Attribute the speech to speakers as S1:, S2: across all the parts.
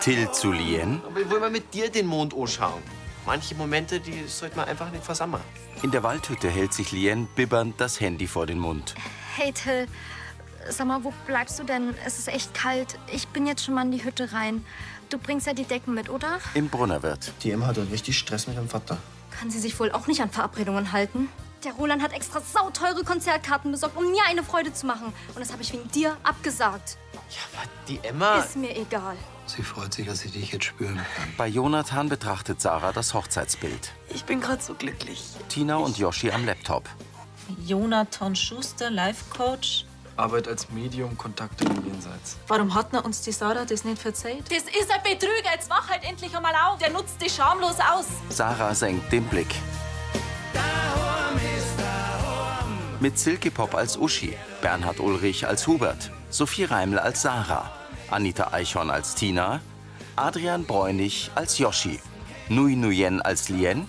S1: Till zu Lien.
S2: Aber ich will mal mit dir den Mond anschauen. Manche Momente, die sollte man einfach nicht versammeln.
S1: In der Waldhütte hält sich Lien bibbernd das Handy vor den Mund.
S3: Hey Till, sag mal, wo bleibst du denn? Es ist echt kalt. Ich bin jetzt schon mal in die Hütte rein. Du bringst ja die Decken mit, oder?
S1: Im Brunnerwirt.
S2: Die Emma hat richtig Stress mit ihrem Vater.
S3: Kann sie sich wohl auch nicht an Verabredungen halten? Der Roland hat extra sauteure Konzertkarten besorgt, um mir eine Freude zu machen. Und das habe ich wegen dir abgesagt.
S2: Ja, aber die
S1: Ah.
S2: Emma.
S3: Ist mir egal.
S4: Sie freut sich, dass sie dich jetzt spüren kann.
S1: Bei Jonathan betrachtet Sarah das Hochzeitsbild.
S5: Ich bin gerade so glücklich.
S1: Tina und Yoshi am Laptop.
S6: Jonathan Schuster, Life Coach.
S7: Arbeit als Medium, Kontakte im Jenseits.
S6: Warum hat er uns die Sarah das nicht verzeiht?
S8: Das ist ein Betrüger. Jetzt wach halt endlich einmal auf. Der nutzt dich schamlos aus.
S1: Sarah senkt den Blick. Mit Silke Pop als Uschi, Bernhard Ulrich als Hubert, Sophie Reiml als Sarah, Anita Eichhorn als Tina, Adrian Bräunig als Yoshi, Nui Nuyen als Lien,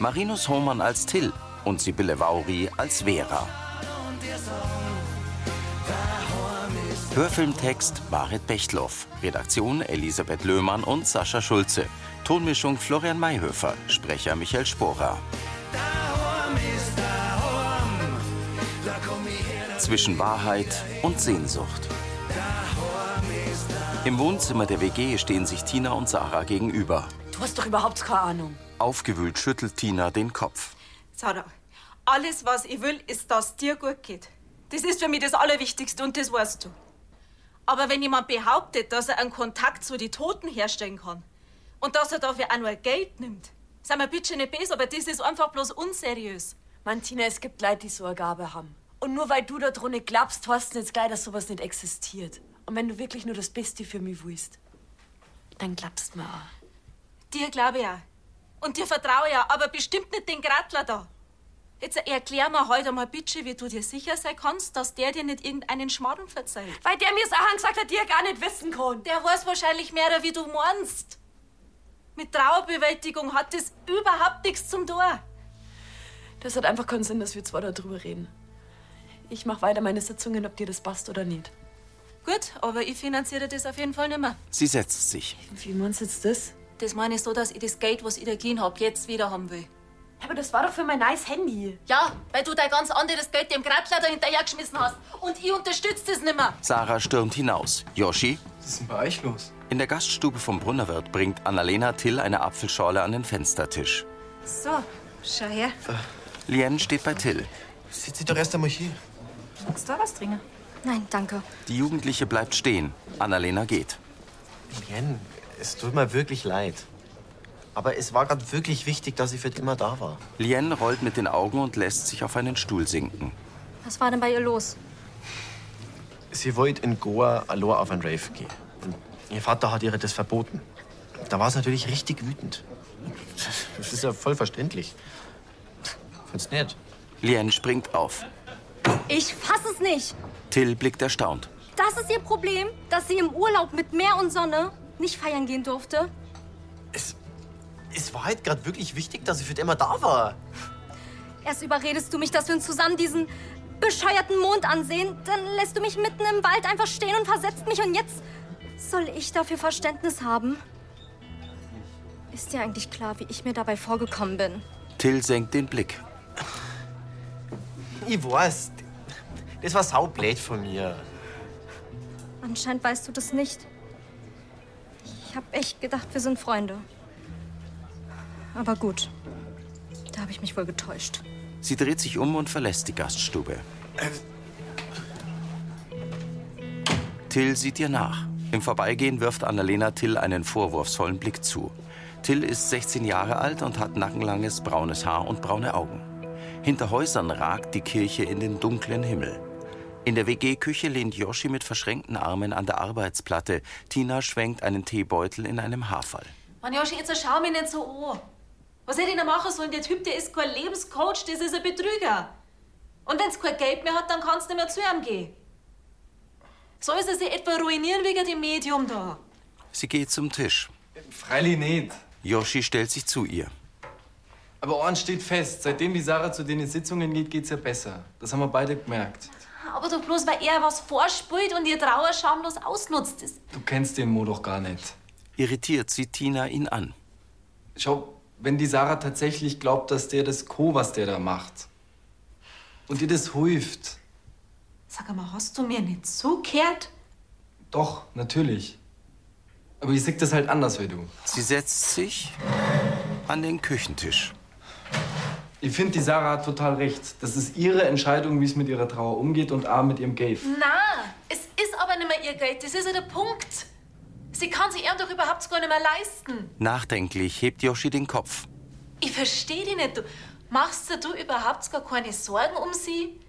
S1: Marinus Hohmann als Till und Sibylle Vauri als Vera. Hörfilmtext Marit Bechtloff, Redaktion Elisabeth Löhmann und Sascha Schulze, Tonmischung Florian Mayhöfer, Sprecher Michael Sporer. Zwischen Wahrheit und Sehnsucht. Im Wohnzimmer der WG stehen sich Tina und Sarah gegenüber.
S5: Du hast doch überhaupt keine Ahnung.
S1: Aufgewühlt schüttelt Tina den Kopf.
S8: Sarah, alles, was ich will, ist, dass dir gut geht. Das ist für mich das Allerwichtigste und das weißt du. Aber wenn jemand behauptet, dass er einen Kontakt zu den Toten herstellen kann und dass er dafür auch nur Geld nimmt, sind wir bitte nicht böse, aber das ist einfach bloß unseriös.
S5: Mantina, es gibt Leute, die so eine Gabe haben. Und nur weil du da dran nicht glaubst, hast du jetzt gleich, dass sowas nicht existiert. Und wenn du wirklich nur das Beste für mich willst, dann glaubst mir auch.
S8: Dir glaube ich auch. Und dir vertraue ich auch, aber bestimmt nicht den Gratler da. Jetzt erklär mir heute mal bitte, wie du dir sicher sein kannst, dass der dir nicht irgendeinen Schmarrn verzeiht.
S5: Weil der mir Sachen gesagt hat, die er gar nicht wissen kann.
S8: Der weiß wahrscheinlich mehr, wie du meinst. Mit Trauerbewältigung hat das überhaupt nichts zum Tor.
S5: Das hat einfach keinen Sinn, dass wir zwei darüber reden. Ich mach weiter meine Sitzungen, ob dir das passt oder nicht.
S8: Gut, aber ich finanziere das auf jeden Fall nicht mehr.
S1: Sie setzt sich.
S5: Wie meinst du jetzt das?
S8: Das meine ich so, dass ich das Geld, was ich dir geliehen hab, jetzt wieder haben will.
S5: Aber das war doch für mein nice Handy.
S8: Ja, weil du dein ganz anderes Geld dem Grabler da hinterhergeschmissen hast. Und ich unterstütze das nimmer.
S1: Sarah stürmt hinaus. Yoshi?
S7: Was ist denn bei euch los?
S1: In der Gaststube vom Brunnerwirt bringt Annalena Till eine Apfelschorle an den Fenstertisch.
S8: So, schau her.
S1: Lien steht bei Till.
S7: Sitzt sie doch erst einmal hier.
S6: Kannst du da was trinken?
S3: Nein, danke.
S1: Die Jugendliche bleibt stehen. Annalena geht.
S2: Lien, es tut mir wirklich leid. Aber es war gerade wirklich wichtig, dass ich für immer da war.
S1: Lien rollt mit den Augen und lässt sich auf einen Stuhl sinken.
S3: Was war denn bei ihr los?
S2: Sie wollte in Goa allein auf ein Rave gehen. Und ihr Vater hat ihr das verboten. Da war es natürlich richtig wütend. Das ist ja voll verständlich. Find's nett.
S1: Lien springt auf.
S3: Ich fass es nicht.
S1: Till blickt erstaunt.
S3: Das ist ihr Problem, dass sie im Urlaub mit Meer und Sonne nicht feiern gehen durfte.
S2: Es, es war halt gerade wirklich wichtig, dass ich für immer da war.
S3: Erst überredest du mich, dass wir uns zusammen diesen bescheuerten Mond ansehen. Dann lässt du mich mitten im Wald einfach stehen und versetzt mich. Und jetzt soll ich dafür Verständnis haben? Ist dir eigentlich klar, wie ich mir dabei vorgekommen bin?
S1: Till senkt den Blick.
S2: Ich weiß. Das war saublöd von mir.
S3: Anscheinend weißt du das nicht. Ich hab echt gedacht, wir sind Freunde. Aber gut, da habe ich mich wohl getäuscht.
S1: Sie dreht sich um und verlässt die Gaststube. Till sieht ihr nach. Im Vorbeigehen wirft Annalena Till einen vorwurfsvollen Blick zu. Till ist 16 Jahre alt und hat nackenlanges braunes Haar und braune Augen. Hinter Häusern ragt die Kirche in den dunklen Himmel. In der WG-Küche lehnt Yoshi mit verschränkten Armen an der Arbeitsplatte. Tina schwenkt einen Teebeutel in einem Haarfall.
S8: Mann, Joshi, jetzt schau mich nicht so an. Was hätte ich denn machen sollen? Der Typ, der ist kein Lebenscoach, das ist ein Betrüger. Und wenn's kein Geld mehr hat, dann kannst du nicht mehr zu ihm gehen. Soll sie sich etwa ruinieren wegen dem Medium da?
S1: Sie geht zum Tisch.
S7: Freilich nicht.
S1: Yoshi stellt sich zu ihr.
S7: Aber eins steht fest, seitdem die Sarah zu den Sitzungen geht, geht's ihr besser. Das haben wir beide gemerkt.
S8: Aber doch bloß, weil er was vorspielt und ihr Trauer schamlos ausnutzt. Das
S7: Du kennst den Mo doch gar nicht.
S1: Irritiert sieht Tina ihn an.
S7: Schau, wenn die Sarah tatsächlich glaubt, dass der das Co, was der da macht, und ihr das hilft,
S8: Sag einmal, hast du mir nicht zugehört?
S7: doch, natürlich. Aber ich sehe das halt anders wie du.
S1: Sie setzt sich an den Küchentisch.
S7: Ich finde, die Sarah hat total recht. Das ist ihre Entscheidung, wie es mit ihrer Trauer umgeht und A mit ihrem Gave.
S9: Na, es ist aber nicht mehr ihr Geld, das ist ja der Punkt. Sie kann sich ihm doch überhaupt gar nicht mehr leisten.
S1: Nachdenklich hebt Yoshi den Kopf.
S9: Ich verstehe dich nicht. Du machst dir du überhaupt gar keine Sorgen um sie?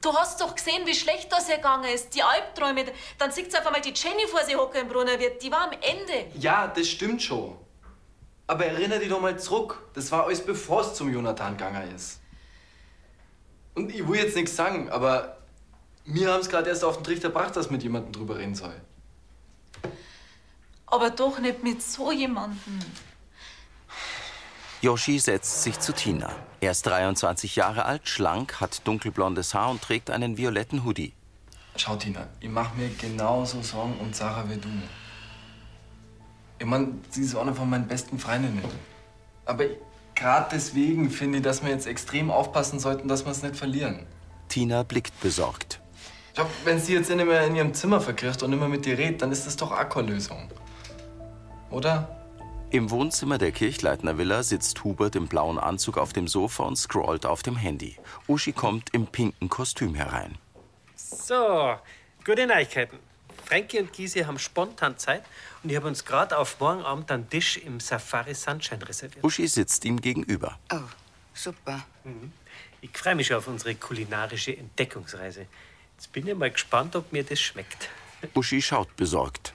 S9: Du hast doch gesehen, wie schlecht das ihr gegangen ist. Die Albträume. Dann sieht sie auf einmal die Jenny vor sie hocken im Brunner wird. Die war am Ende.
S7: Ja, das stimmt schon. Aber erinnere dich doch mal zurück. Das war alles bevor es zum Jonathan gegangen ist. Und ich will jetzt nichts sagen, aber mir haben es gerade erst auf den Trichter gebracht, dass mit jemandem drüber reden soll.
S9: Aber doch nicht mit so jemandem.
S1: Yoshi setzt sich zu Tina. Er ist 23 Jahre alt, schlank, hat dunkelblondes Haar und trägt einen violetten Hoodie.
S7: Schau, Tina, ich mach mir genauso Sorgen um Sarah wie du. Ich mein, sie ist einer von meinen besten Freundinnen. Aber gerade deswegen finde ich, dass wir jetzt extrem aufpassen sollten, dass wir es nicht verlieren.
S1: Tina blickt besorgt.
S7: Schau, wenn sie jetzt nicht mehr in ihrem Zimmer verkriegt und nicht mehr mit dir redet, dann ist das doch Akkorlösung. Oder?
S1: Im Wohnzimmer der Kirchleitner Villa sitzt Hubert im blauen Anzug auf dem Sofa und scrollt auf dem Handy. Uschi kommt im pinken Kostüm herein.
S10: So, gute Neuigkeiten. Frankie und Giese haben spontan Zeit und ich habe uns gerade auf morgen Abend einen Tisch im Safari Sunshine reserviert.
S1: Uschi sitzt ihm gegenüber.
S10: Super. Mhm. Ich freue mich schon auf unsere kulinarische Entdeckungsreise. Jetzt bin ich mal gespannt, ob mir das schmeckt.
S1: Uschi schaut besorgt.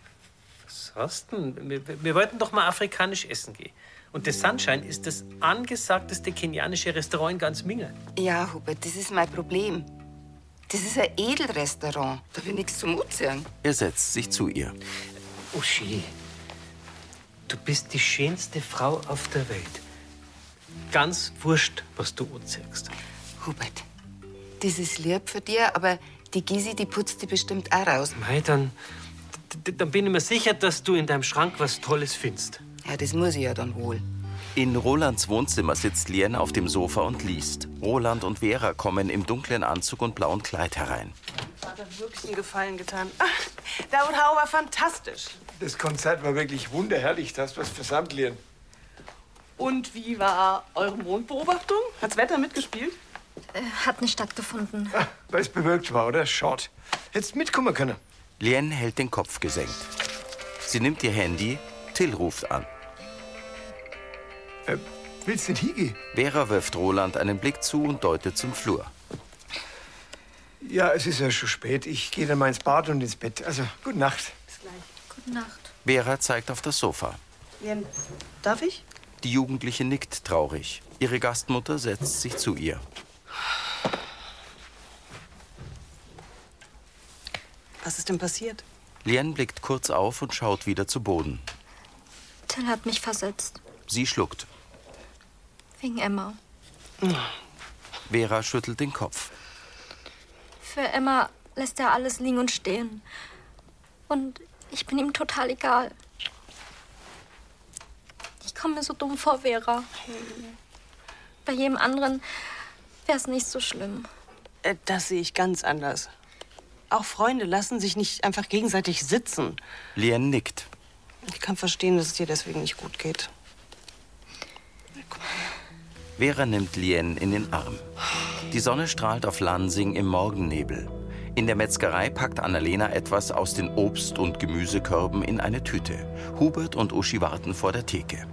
S10: Was hast denn? Wir, wir wollten doch mal afrikanisch essen gehen. Und das Sunshine ist das angesagteste kenianische Restaurant in ganz Minge.
S11: Ja, Hubert, das ist mein Problem. Das ist ein Edelrestaurant. Da will nichts zum Anziehen.
S1: Er setzt sich zu ihr.
S10: Uschi, du bist die schönste Frau auf der Welt. Ganz wurscht, was du anziehst.
S11: Hubert, das ist lieb für dich, aber die Gisi, die putzt die bestimmt auch raus.
S10: Mei, dann, d- dann bin ich mir sicher, dass du in deinem Schrank was Tolles findest.
S11: Ja, das muss ich ja dann wohl.
S1: In Rolands Wohnzimmer sitzt Lien auf dem Sofa und liest. Roland und Vera kommen im dunklen Anzug und blauen Kleid herein.
S12: Hat er wirklich einen Gefallen getan. Da und Hau war fantastisch.
S13: Das Konzert war wirklich wunderherrlich. Da hast du was versammelt, Lien.
S12: Und wie war eure Mondbeobachtung? Hat's Wetter mitgespielt?
S3: Äh, Hat nicht stattgefunden.
S7: Ah.
S13: Weil es bewölkt war, oder? Short. Hättest mitkommen können.
S1: Lien hält den Kopf gesenkt. Sie nimmt ihr Handy. Till ruft an.
S13: Äh, willst du nicht hingehen?
S1: Vera wirft Roland einen Blick zu und deutet zum Flur.
S13: Ja, es ist ja schon spät. Ich gehe dann mal ins Bad und ins Bett. Also, gute Nacht.
S6: Gute Nacht.
S1: Vera zeigt auf das Sofa.
S12: Lien, darf ich?
S1: Die Jugendliche nickt traurig. Ihre Gastmutter setzt sich zu ihr.
S12: Was ist denn passiert?
S1: Lien blickt kurz auf und schaut wieder zu Boden.
S3: Till hat mich versetzt.
S1: Sie schluckt.
S3: Wegen Emma.
S1: Vera schüttelt den Kopf.
S3: Für Emma lässt er alles liegen und stehen. Und ich bin ihm total egal. Ich komme mir so dumm vor, Vera. Bei jedem anderen wäre es nicht so schlimm.
S12: Äh, Das sehe ich ganz anders. Auch Freunde lassen sich nicht einfach gegenseitig sitzen.
S1: Lien nickt.
S12: Ich kann verstehen, dass es dir deswegen nicht gut geht.
S1: Vera nimmt Lien in den Arm. Die Sonne strahlt auf Lansing im Morgennebel. In der Metzgerei packt Annalena etwas aus den Obst- und Gemüsekörben in eine Tüte. Hubert und Uschi warten vor der Theke.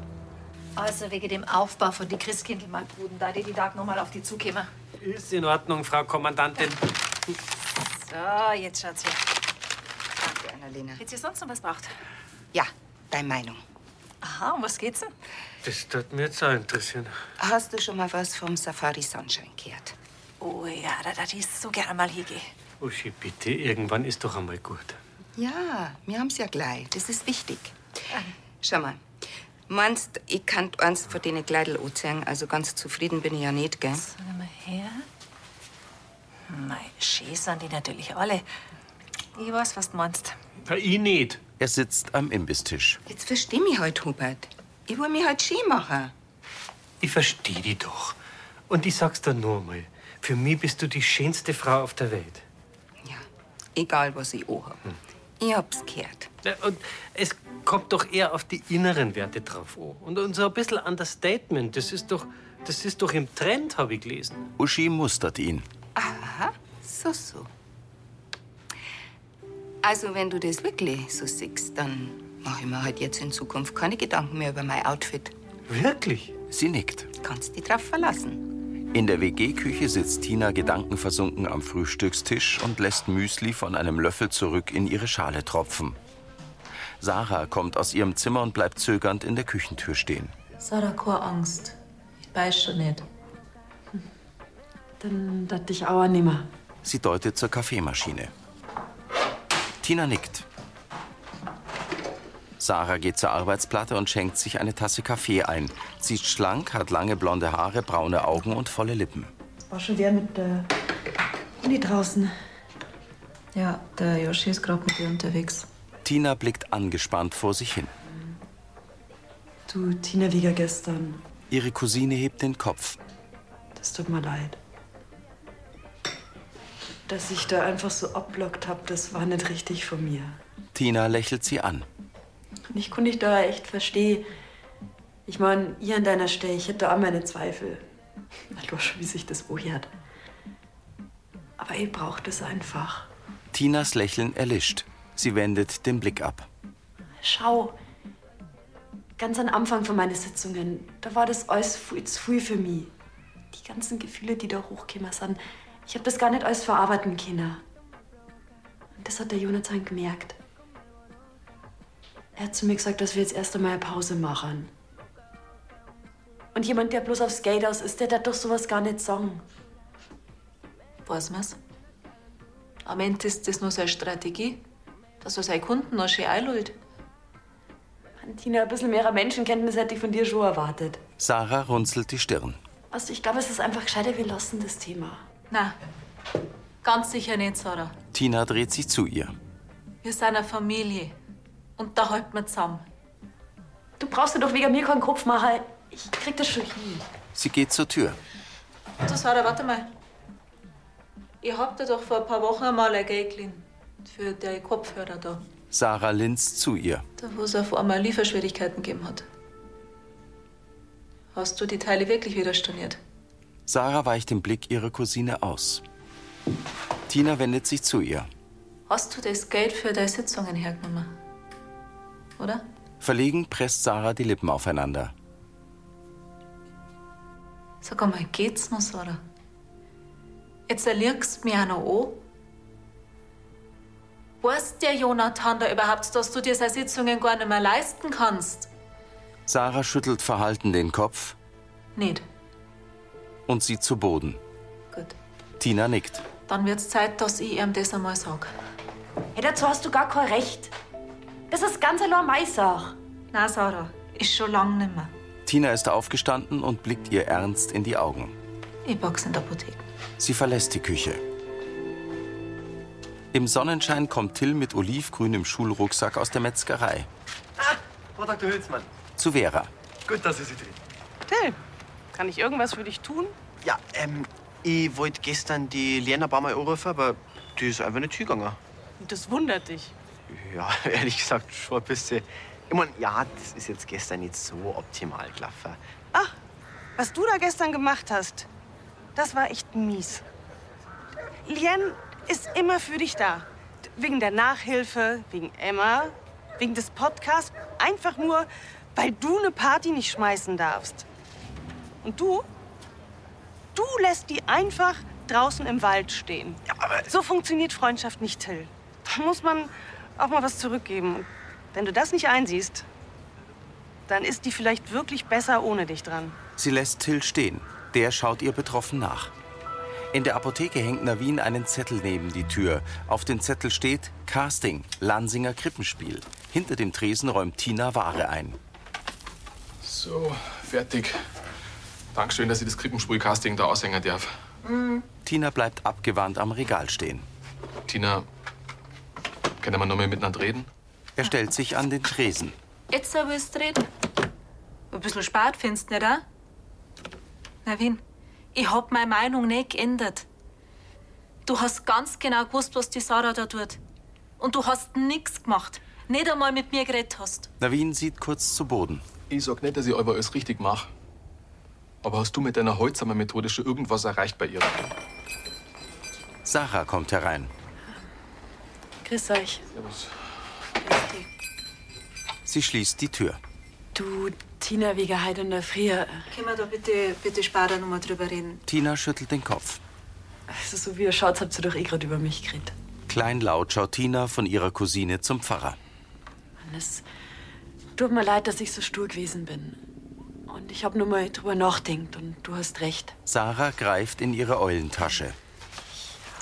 S14: Also wegen dem Aufbau von die Christkindl, mein Bruder, da die die Tag nochmal auf die zukommen.
S10: Ist in Ordnung, Frau Kommandantin.
S14: So, jetzt schaut's her.
S11: Danke, Annalena.
S14: Hättest ihr sonst noch was braucht?
S11: Ja, deine Meinung.
S14: Aha, um was geht's denn?
S10: Das tut mir jetzt auch interessieren.
S11: Hast du schon mal was vom Safari Sunshine gehört?
S14: Oh ja, da darf ich so gerne mal hingehen.
S10: Uschi, bitte, irgendwann ist doch einmal gut.
S11: Ja, wir haben's ja gleich. Das ist wichtig. Schau mal. Meinst, ich kann eins von denen Kleidel anziehen, also ganz zufrieden bin ich ja nicht, gell?
S14: Warte mal her. Mei, schön sind die natürlich alle. Ich weiß, was du meinst.
S10: Na, ich nicht.
S1: Er sitzt am Imbisstisch.
S11: Jetzt versteh mich halt, Hubert. Ich will mich halt schön machen.
S10: Ich verstehe dich doch. Und ich sag's dir nur mal. Für mich bist du die schönste Frau auf der Welt. Hm.
S11: Egal, was ich anhab. Ich hab's gehört.
S10: Ja, Und es kommt doch eher auf die inneren Werte drauf an. Und, und so ein bisschen Understatement, das ist doch, das ist doch im Trend, habe ich gelesen.
S1: Uschi mustert ihn.
S11: Aha, so, so. Also, wenn du das wirklich so siehst, dann mach ich mir halt jetzt in Zukunft keine Gedanken mehr über mein Outfit.
S10: Wirklich?
S1: Sie nickt.
S11: Kannst dich drauf verlassen.
S1: In der WG-Küche sitzt Tina gedankenversunken am Frühstückstisch und lässt Müsli von einem Löffel zurück in ihre Schale tropfen. Sarah kommt aus ihrem Zimmer und bleibt zögernd in der Küchentür stehen.
S6: Sarah, keine Angst. Ich weiß schon nicht.
S5: Dann dat dich auch nimmer.
S1: Sie deutet zur Kaffeemaschine. Tina nickt. Sarah geht zur Arbeitsplatte und schenkt sich eine Tasse Kaffee ein. Sie ist schlank, hat lange blonde Haare, braune Augen und volle Lippen.
S6: War schon wer mit der Uni draußen? Ja, der Joshi ist gerade mit dir unterwegs.
S1: Tina blickt angespannt vor sich hin.
S5: Du, Tina Wieger gestern.
S1: Ihre Cousine hebt den Kopf.
S5: Das tut mir leid. Dass ich da einfach so abblockt hab, das war nicht richtig von mir.
S1: Tina lächelt sie an.
S5: Und ich konnte dich da echt verstehen. Ich meine, ihr an deiner Stelle, ich hätte da auch meine Zweifel. Na, du schon, wie sich das wohert. Aber ich braucht es einfach.
S1: Tinas Lächeln erlischt. Sie wendet den Blick ab.
S5: Schau, ganz am Anfang von meinen Sitzungen, da war das alles viel zu viel für mich. Die ganzen Gefühle, die da hochgekommen sind, ich habe das gar nicht alles verarbeiten können. Und das hat der Jonathan gemerkt. Er hat zu mir gesagt, dass wir jetzt erst einmal eine Pause machen. Und jemand, der bloß auf Skate aus ist, der darf doch sowas gar nicht sagen.
S14: Weiß man's? Am Ende ist das nur seine Strategie, dass er seine Kunden noch schön einlädt.
S5: Mann, Tina, ein bisschen mehr Menschenkenntnis hätte ich von dir schon erwartet.
S1: Sarah runzelt die Stirn.
S5: Weißt du, ich glaube, es ist einfach gescheiter, wir lassen das Thema.
S14: Na, ganz sicher nicht, Sarah.
S1: Tina dreht sich zu ihr.
S14: Wir sind eine Familie. Und da halten wir zusammen.
S5: Du brauchst dir doch wegen mir keinen Kopf machen. Ich krieg das schon hin.
S1: Sie geht zur Tür.
S14: Du, Sarah, warte mal. Ich hab dir doch vor ein paar Wochen einmal ein Geld geliehen. Für die Kopfhörer da.
S1: Sarah linst zu ihr.
S14: Da, wo es auf einmal Lieferschwierigkeiten gegeben hat. Hast du die Teile wirklich wieder storniert?
S1: Sarah weicht den Blick ihrer Cousine aus. Tina wendet sich zu ihr.
S14: Hast du das Geld für deine Sitzungen hergenommen? Oder?
S1: Verlegen presst Sarah die Lippen aufeinander.
S14: Sag einmal, geht's noch, Sarah? Jetzt erlirkst du mich auch noch an. Weiß der Jonathan da überhaupt, dass du dir seine Sitzungen gar nicht mehr leisten kannst?
S1: Sarah schüttelt verhalten den Kopf
S14: Nicht.
S1: und sieht zu Boden.
S14: Gut.
S1: Tina nickt.
S14: Dann wird's Zeit, dass ich ihm das einmal sag.
S5: Hey, dazu hast du gar kein Recht. Das ist ganz allein meine Sache.
S14: Na, Sarah, ist schon lang nimmer.
S1: Tina ist aufgestanden und blickt ihr ernst in die Augen.
S14: Ich pack's in der Apotheke.
S1: Sie verlässt die Küche. Im Sonnenschein kommt Till mit olivgrünem Schulrucksack aus der Metzgerei.
S7: Frau Dr. Hülsmann,
S1: Zu Vera.
S7: gut, dass Sie sich drehen.
S12: Till, kann ich irgendwas für dich tun?
S2: Ja, ähm, ich wollte gestern die Lena ein paar Mal anrufen, aber die ist einfach nicht hingegangen.
S12: Das wundert dich.
S2: Ja, ehrlich gesagt, schon ein bisschen. Ich meine, ja, das ist jetzt gestern nicht so optimal gelaufen.
S12: Was du da gestern gemacht hast, das war echt mies. Lien ist immer für dich da. Wegen der Nachhilfe, wegen Emma, wegen des Podcasts. Einfach nur, weil du eine Party nicht schmeißen darfst. Und du? Du lässt die einfach draußen im Wald stehen. so funktioniert Freundschaft nicht, Till. Da muss man auch mal was zurückgeben. Und wenn du das nicht einsiehst, dann ist die vielleicht wirklich besser ohne dich dran.
S1: Sie lässt Till stehen. Der schaut ihr betroffen nach. In der Apotheke hängt Navin einen Zettel neben die Tür. Auf dem Zettel steht Casting, Lansinger Krippenspiel. Hinter dem Tresen räumt Tina Ware ein.
S15: So, fertig. Dankeschön, dass ich das Krippenspul-Casting da aushängen darf.
S5: Hm,
S1: Tina bleibt abgewandt am Regal stehen.
S15: Tina, können wir noch mal miteinander reden?
S1: Er stellt sich an den Tresen.
S9: Jetzt so willst du reden? Ein bisschen spart findest du nicht, auch? Navin, ich hab meine Meinung nicht geändert. Du hast ganz genau gewusst, was die Sarah da tut. Und du hast nichts gemacht. Nicht einmal mit mir geredet hast.
S1: Navin sieht kurz zu Boden.
S15: Ich sag nicht, dass ich aber alles richtig mache. Aber hast du mit deiner holzsamen Methode schon irgendwas erreicht bei ihr?
S1: Sarah kommt herein.
S5: Grüß euch.
S15: Servus.
S1: Sie schließt die Tür.
S5: Du, Tina, wegen heute in der Früh.
S9: Können wir da bitte, bitte später nochmal drüber reden?
S1: Tina schüttelt den Kopf.
S5: Also, so wie ihr schaut, habt ihr doch eh gerade über mich geredet.
S1: Kleinlaut schaut Tina von ihrer Cousine zum Pfarrer.
S5: Mann, es tut mir leid, dass ich so stur gewesen bin. Und ich hab nur mal drüber nachdenkt und du hast recht.
S1: Sarah greift in ihre Eulentasche.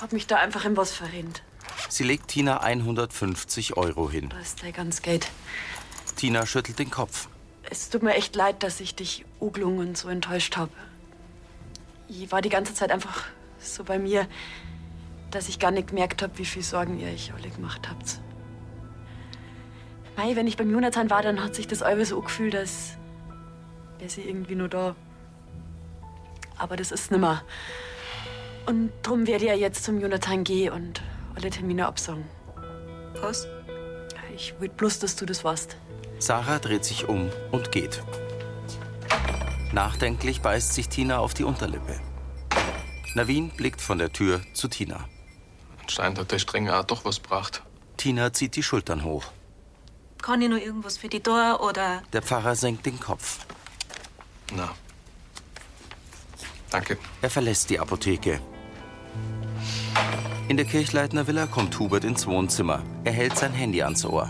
S5: Hab mich da einfach in was verrennt.
S1: Sie legt Tina 150 Euro hin.
S5: Da ist dein ganz Geld.
S1: Tina schüttelt den Kopf.
S5: Es tut mir echt leid, dass ich dich uglung und so enttäuscht habe. Ich war die ganze Zeit einfach so bei mir, dass ich gar nicht gemerkt habe, wie viel Sorgen ihr euch alle gemacht habt. Mei, wenn ich beim Jonathan war, dann hat sich das alles so gefühlt, dass wäre sie irgendwie nur da. Aber das ist nimmer. Und drum werde ich ja jetzt zum Jonathan gehen und alle Termine absagen.
S9: Was?
S5: Ich will bloß, dass du das warst.
S1: Sarah dreht sich um und geht. Nachdenklich beißt sich Tina auf die Unterlippe. Navin blickt von der Tür zu Tina.
S15: Anscheinend hat der strenge Art doch was gebracht.
S1: Tina zieht die Schultern hoch.
S9: Kann ich nur irgendwas für die da oder
S1: Der Pfarrer senkt den Kopf.
S15: Na. Danke.
S1: Er verlässt die Apotheke. In der Kirchleitner Villa kommt Hubert ins Wohnzimmer. Er hält sein Handy ans Ohr.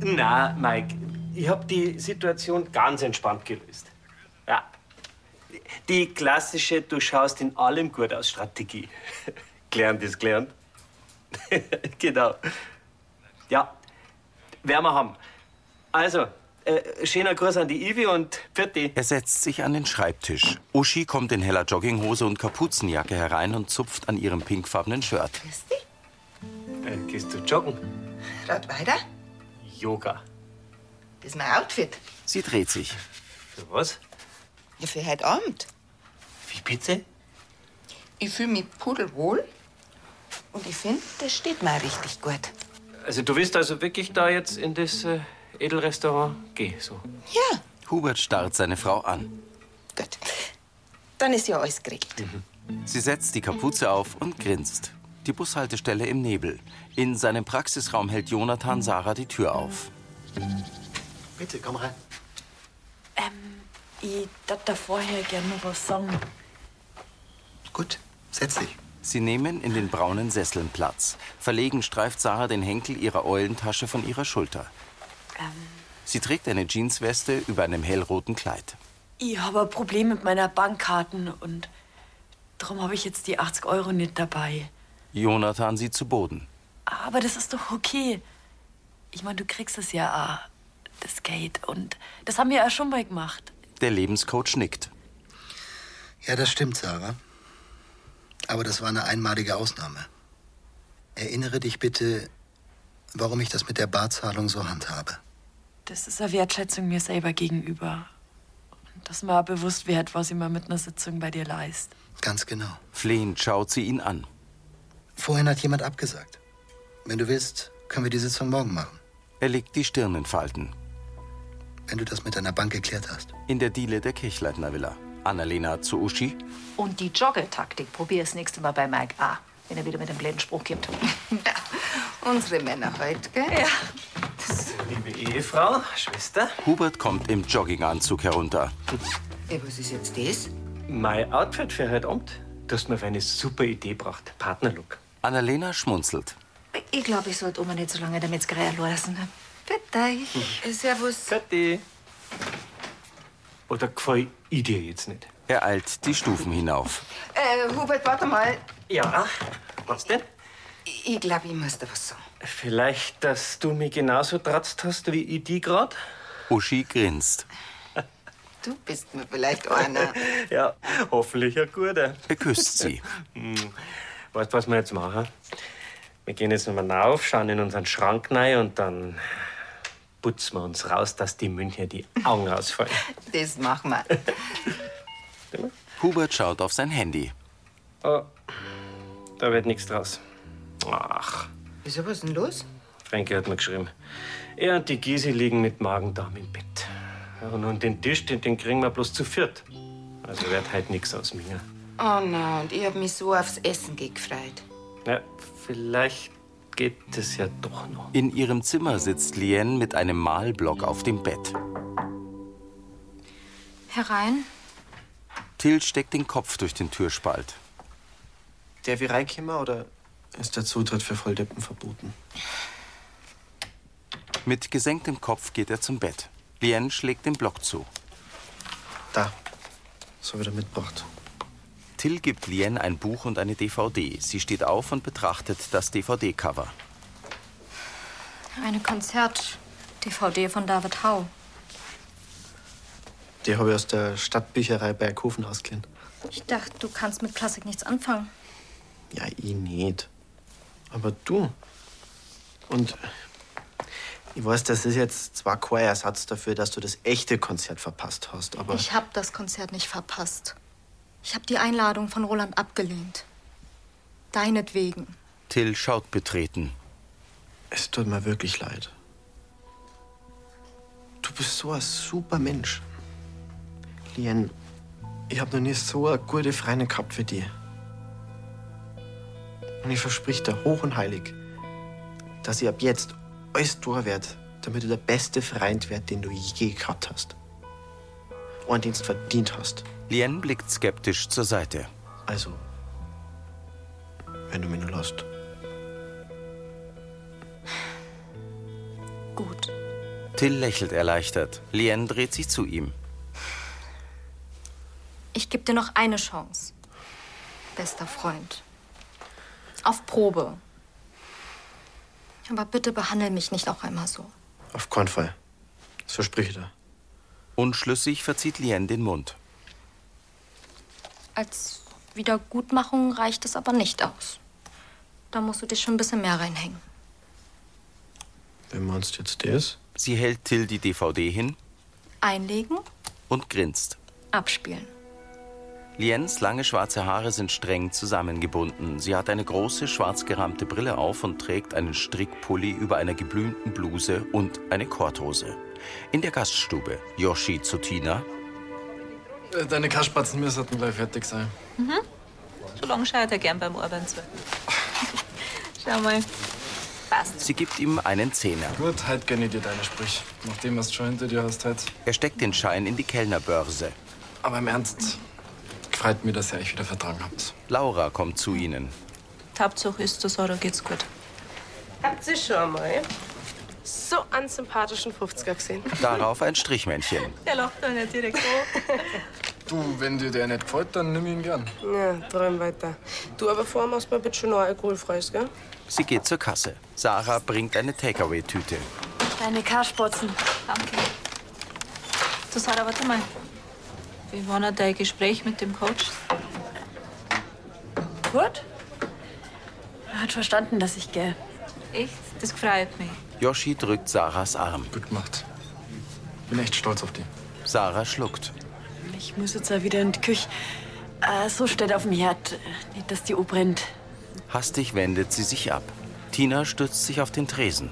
S10: Na, Mike, ich habe die Situation ganz entspannt gelöst. Ja. Die klassische, du schaust in allem gut aus Strategie. Gelernt ist gelernt. genau. Ja, werden wir haben. Also, äh, schöner Gruß an die Ivi und Pfitti.
S1: Er setzt sich an den Schreibtisch. Uschi kommt in heller Jogginghose und Kapuzenjacke herein und zupft an ihrem pinkfarbenen Shirt.
S10: Äh, gehst du joggen?
S4: Rat weiter.
S10: Yoga.
S4: Das ist mein Outfit.
S1: Sie dreht sich.
S10: Für was?
S4: Ja, für heute Abend.
S10: Wie bitte?
S4: Ich fühle mich pudelwohl. Und ich finde, das steht mir richtig gut.
S10: Also, du willst also wirklich da jetzt in das äh, Edelrestaurant gehen? So.
S4: Ja,
S1: Hubert starrt seine Frau an.
S4: dann ist ja alles geregelt.
S1: Sie setzt die Kapuze auf und grinst. Die Bushaltestelle im Nebel. In seinem Praxisraum hält Jonathan Sarah die Tür auf.
S2: Bitte, komm rein.
S5: Ähm, Ich darf da vorher gerne noch was sagen.
S1: Gut, setz dich. Sie nehmen in den braunen Sesseln Platz. Verlegen streift Sarah den Henkel ihrer Eulentasche von ihrer Schulter.
S5: Ähm,
S1: Sie trägt eine Jeansweste über einem hellroten Kleid.
S5: Ich habe ein Problem mit meiner Bankkarten und darum habe ich jetzt die 80 Euro nicht dabei.
S1: Jonathan sieht zu Boden.
S5: Aber das ist doch okay. Ich meine, du kriegst es ja auch, das Geld. Und das haben wir ja schon mal gemacht.
S1: Der Lebenscoach nickt.
S4: Ja, das stimmt, Sarah. Aber das war eine einmalige Ausnahme. Erinnere dich bitte, warum ich das mit der Barzahlung so handhabe.
S5: Das ist eine Wertschätzung mir selber gegenüber. Und dass man auch bewusst wird, was ich mir mit einer Sitzung bei dir leist.
S4: Ganz genau.
S1: Flehend schaut sie ihn an.
S4: Vorhin hat jemand abgesagt. Wenn du willst, können wir die Sitzung morgen machen,
S1: Er legt die Stirn in Falten.
S4: wenn du das mit deiner Bank geklärt hast.
S1: In der Diele der Kirchleitner Villa. Annalena zu Uschi.
S16: Und die Joggeltaktik probier das nächste Mal bei Mike A., wenn er wieder mit dem blöden Spruch kommt.
S11: Unsere Männer heute, gell? Ja.
S10: Liebe Ehefrau, Schwester.
S1: Hubert kommt im Jogginganzug herunter.
S11: Ey, äh, was ist jetzt das?
S10: Mein Outfit für heute Abend, das mir eine super Idee gebracht. Partnerlook.
S1: Annalena schmunzelt.
S16: Ich glaube, ich sollte Oma nicht so lange in der Metzgerei allein lassen.
S11: Bitte.
S9: Mhm.
S11: Äh, Servus.
S10: Bitte. Oder gefällt ich dir jetzt nicht?
S1: Er eilt die Stufen hinauf.
S11: Äh, Hubert, warte mal.
S10: Ja, was denn?
S11: Ich glaube, ich muss da was sagen.
S10: Vielleicht, dass du mich genauso tratzt hast wie ich die grad?
S1: Uschi grinst.
S11: Du bist mir vielleicht einer.
S10: Ja, hoffentlich ein guter.
S1: Er küsst sie.
S10: Hm. Weißt du, was wir jetzt machen? Wir gehen jetzt nochmal rauf, schauen in unseren Schrank rein und dann putzen wir uns raus, dass die Münchner die Augen rausfallen.
S11: Das machen wir.
S1: Hubert schaut auf sein Handy.
S10: Oh, da wird nichts draus. Ach,
S11: Wieso, was ist denn los?
S10: Fränke hat mir geschrieben. Er und die Gisi liegen mit Magen-Darm im Bett. Ja, Und, und den Tisch, den, den kriegen wir bloß zu viert. Also wird halt nichts aus mir.
S11: Oh nein, und ich hab mich so aufs Essen gefreut.
S10: Ja, vielleicht geht es ja doch noch.
S1: In ihrem Zimmer sitzt Lien mit einem Malblock auf dem Bett.
S11: Herein?
S1: Till steckt den Kopf durch den Türspalt.
S2: Der wie reinkommen oder ist der Zutritt für Volldeppen verboten?
S1: Mit gesenktem Kopf geht er zum Bett. Lien schlägt den Block zu.
S2: Da. So wieder mitbracht.
S1: Till gibt Lien ein Buch und eine DVD. Sie steht auf und betrachtet das DVD-Cover.
S3: Eine Konzert-DVD von David Hau.
S2: Die habe ich aus der Stadtbücherei Berghofen ausgeliehen.
S3: Ich dachte, du kannst mit Klassik nichts anfangen.
S2: Ja, ich nicht. Aber du. Und ich weiß, das ist jetzt zwar kein Ersatz dafür, dass du das echte Konzert verpasst hast, aber
S17: Ich habe das Konzert nicht verpasst. Ich habe die Einladung von Roland abgelehnt. Deinetwegen.
S1: Till schaut betreten.
S2: Es tut mir wirklich leid. du bist so ein super Mensch. Lien, ich habe noch nie so eine gute Freundin gehabt wie die. Und ich versprich dir hoch und heilig, dass ich ab jetzt alles tun werde, damit du der beste Freund werd, den du je gehabt hast. Und den du verdient hast.
S1: Lien blickt skeptisch zur Seite.
S2: Also, wenn du mich nur lässt.
S1: Till lächelt erleichtert. Lien dreht sich zu ihm.
S3: Ich gebe dir noch eine Chance. Bester Freund. Auf Probe. Aber bitte behandle mich nicht auch einmal so.
S2: Auf keinen Fall. Das versprich ich dir.
S1: Unschlüssig verzieht Lien den Mund.
S3: Als Wiedergutmachung reicht es aber nicht aus. Da musst du dich schon ein bisschen mehr reinhängen.
S2: Wenn meinst du jetzt das?
S1: Sie hält Till die DVD hin
S3: Einlegen,
S1: und grinst.
S3: abspielen.
S1: Liens lange schwarze Haare sind streng zusammengebunden. Sie hat eine große schwarz gerahmte Brille auf und trägt einen Strickpulli über einer geblümten Bluse und eine Korthose. In der Gaststube Yoshi zu Tina.
S7: Äh, Deine Kaspatzen müssten gleich fertig sein.
S9: Mhm. So lange schaut er gern beim Arbeiten zu. Schau mal.
S1: Sie gibt ihm einen Zehner.
S7: Gut, halt gönn ich dir deine Sprich. Nachdem, was du schon hinter dir hast, halt.
S1: Er steckt den Schein in die Kellnerbörse.
S7: Aber im Ernst, gefreut mir, dass ihr euch wieder vertragen habt.
S1: Laura kommt zu ihnen.
S9: Hauptsache ist das, oder geht's gut.
S18: Habt ihr schon mal so einen sympathischen 50er gesehen?
S1: Darauf ein Strichmännchen.
S18: Der lacht doch nicht direkt
S7: Du, wenn dir der nicht gefällt, dann nimm ihn gern.
S18: Ja, träum weiter. Du, aber vorher machst du mal bitte schon noch alkoholfreies, gell?
S1: Sie geht zur Kasse. Sarah bringt eine Takeaway-Tüte.
S5: Deine Karspotzen.
S9: Danke. Du Sarah, warte mal. Wie war denn dein Gespräch mit dem Coach?
S5: Gut? Er hat verstanden, dass ich gehe.
S9: Echt? Das freut mich.
S1: Yoshi drückt Sarahs Arm.
S7: Gut gemacht. Bin echt stolz auf dich.
S1: Sarah schluckt.
S5: Ich muss jetzt auch wieder in die Küche. Äh, so steht auf dem Herd. Nicht, dass die brennt.
S1: Hastig wendet sie sich ab. Tina stützt sich auf den Tresen.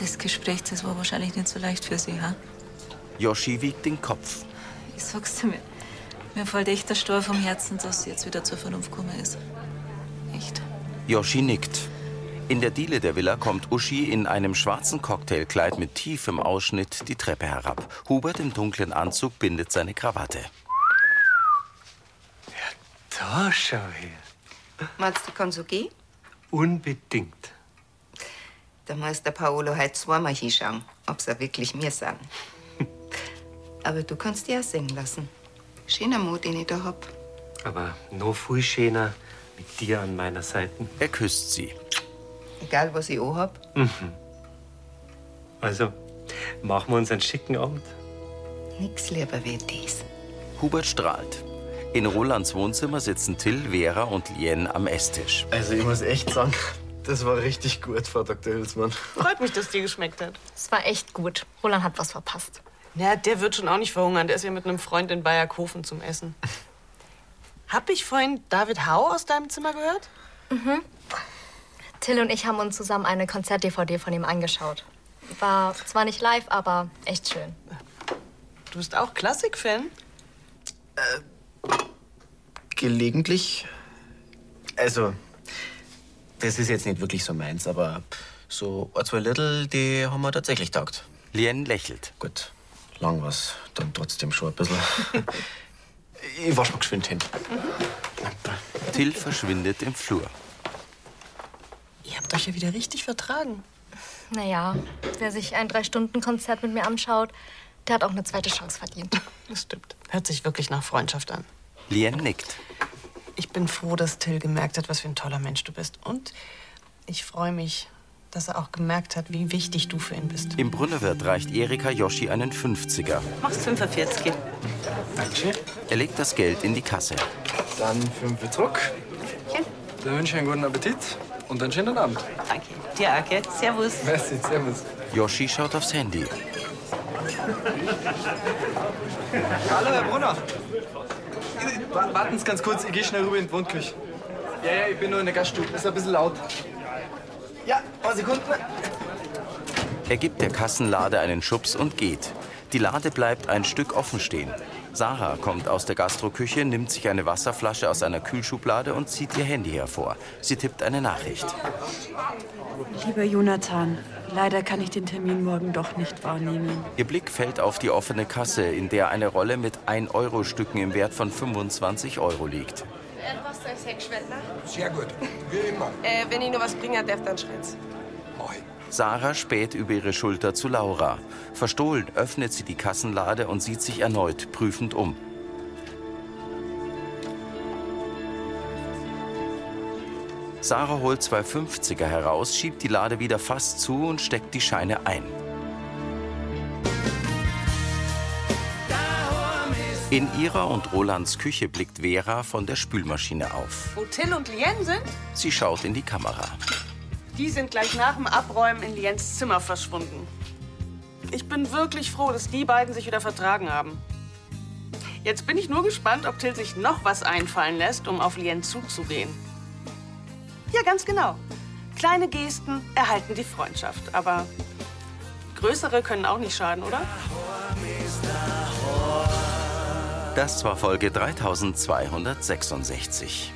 S9: Das Gespräch, das war wahrscheinlich nicht so leicht für sie, ha?
S1: Yoshi wiegt den Kopf.
S9: Ich sag's dir mir. Mir fällt echt der Stor vom Herzen, dass sie jetzt wieder zur Vernunft gekommen ist. Echt.
S1: Yoshi nickt. In der Diele der Villa kommt Uschi in einem schwarzen Cocktailkleid mit tiefem Ausschnitt die Treppe herab. Hubert im dunklen Anzug bindet seine Krawatte.
S10: Da schau her.
S11: Meinst du, kann so gehen?
S10: Unbedingt.
S11: Da muss der Paolo halt zweimal hinschauen, ob's er wirklich mir sind. Aber du kannst dich auch singen lassen. Schöner Mut, den ich da hab.
S10: Aber noch viel schöner mit dir an meiner Seite.
S1: Er küsst sie.
S11: Egal, was ich anhab.
S10: Mhm. Also, machen wir uns einen schicken Abend.
S11: Nix lieber wie das.
S1: Hubert strahlt. In Rolands Wohnzimmer sitzen Till, Vera und Lien am Esstisch.
S2: Also ich muss echt sagen, das war richtig gut, Frau Dr. Hülsmann.
S12: Freut mich, dass dir geschmeckt hat.
S3: Es war echt gut. Roland hat was verpasst.
S12: Na, der wird schon auch nicht verhungern. Der ist ja mit einem Freund in Bayerkofen zum Essen. Hab ich vorhin David Hau aus deinem Zimmer gehört?
S3: Mhm. Till und ich haben uns zusammen eine Konzert-DVD von ihm angeschaut. War zwar nicht live, aber echt schön.
S12: Du bist auch Klassik-Fan?
S2: Gelegentlich. Also, das ist jetzt nicht wirklich so meins, aber so ein, zwei Little, die haben wir tatsächlich taugt.
S1: Lien lächelt.
S2: Gut, lang was, dann trotzdem schon ein bisschen. ich wasch mal geschwind hin.
S1: Till verschwindet im Flur.
S12: Ihr habt euch ja wieder richtig vertragen.
S3: Naja, wer sich ein Drei-Stunden-Konzert mit mir anschaut, der hat auch eine zweite Chance verdient.
S12: Das stimmt. Hört sich wirklich nach Freundschaft an.
S1: Lien nickt.
S12: Ich bin froh, dass Till gemerkt hat, was für ein toller Mensch du bist. Und ich freue mich, dass er auch gemerkt hat, wie wichtig du für ihn bist.
S1: Im Brunnerwirt reicht Erika Yoshi einen 50er.
S12: Machst 45.
S7: Dankeschön.
S1: Er legt das Geld in die Kasse.
S7: Dann fünf Druck. Dann wünsche ich einen guten Appetit und einen schönen Abend.
S8: Danke. Dir auch, gell? Servus.
S7: Merci, servus.
S1: Yoshi schaut aufs Handy.
S7: Hallo, Herr Brunner. Wa- Warten Sie ganz kurz, ich gehe schnell rüber in die Wohnküche. Ja, ja, ich bin nur in der Gaststube, ist ein bisschen laut. Ja, paar Sekunden.
S1: Er gibt der Kassenlade einen Schubs und geht. Die Lade bleibt ein Stück offen stehen. Sarah kommt aus der Gastroküche, nimmt sich eine Wasserflasche aus einer Kühlschublade und zieht ihr Handy hervor. Sie tippt eine Nachricht.
S5: Lieber Jonathan, leider kann ich den Termin morgen doch nicht wahrnehmen.
S1: Ihr Blick fällt auf die offene Kasse, in der eine Rolle mit 1-Euro-Stücken im Wert von 25 Euro liegt.
S18: Äh,
S12: Was soll ich Heckschwendler?
S18: Sehr gut, wie immer.
S12: Äh, wenn ich nur was bringen darf, dann schreit's.
S1: Sarah späht über ihre Schulter zu Laura. Verstohlen öffnet sie die Kassenlade und sieht sich erneut prüfend um. Sarah holt zwei 50er heraus, schiebt die Lade wieder fast zu und steckt die Scheine ein. In ihrer und Rolands Küche blickt Vera von der Spülmaschine auf.
S12: Wo Till und Lien sind?
S1: Sie schaut in die Kamera.
S12: Die sind gleich nach dem Abräumen in Liens Zimmer verschwunden. Ich bin wirklich froh, dass die beiden sich wieder vertragen haben. Jetzt bin ich nur gespannt, ob Till sich noch was einfallen lässt, um auf Lien zuzugehen. Ja, ganz genau. Kleine Gesten erhalten die Freundschaft, aber größere können auch nicht schaden, oder?
S1: Das war Folge 3266.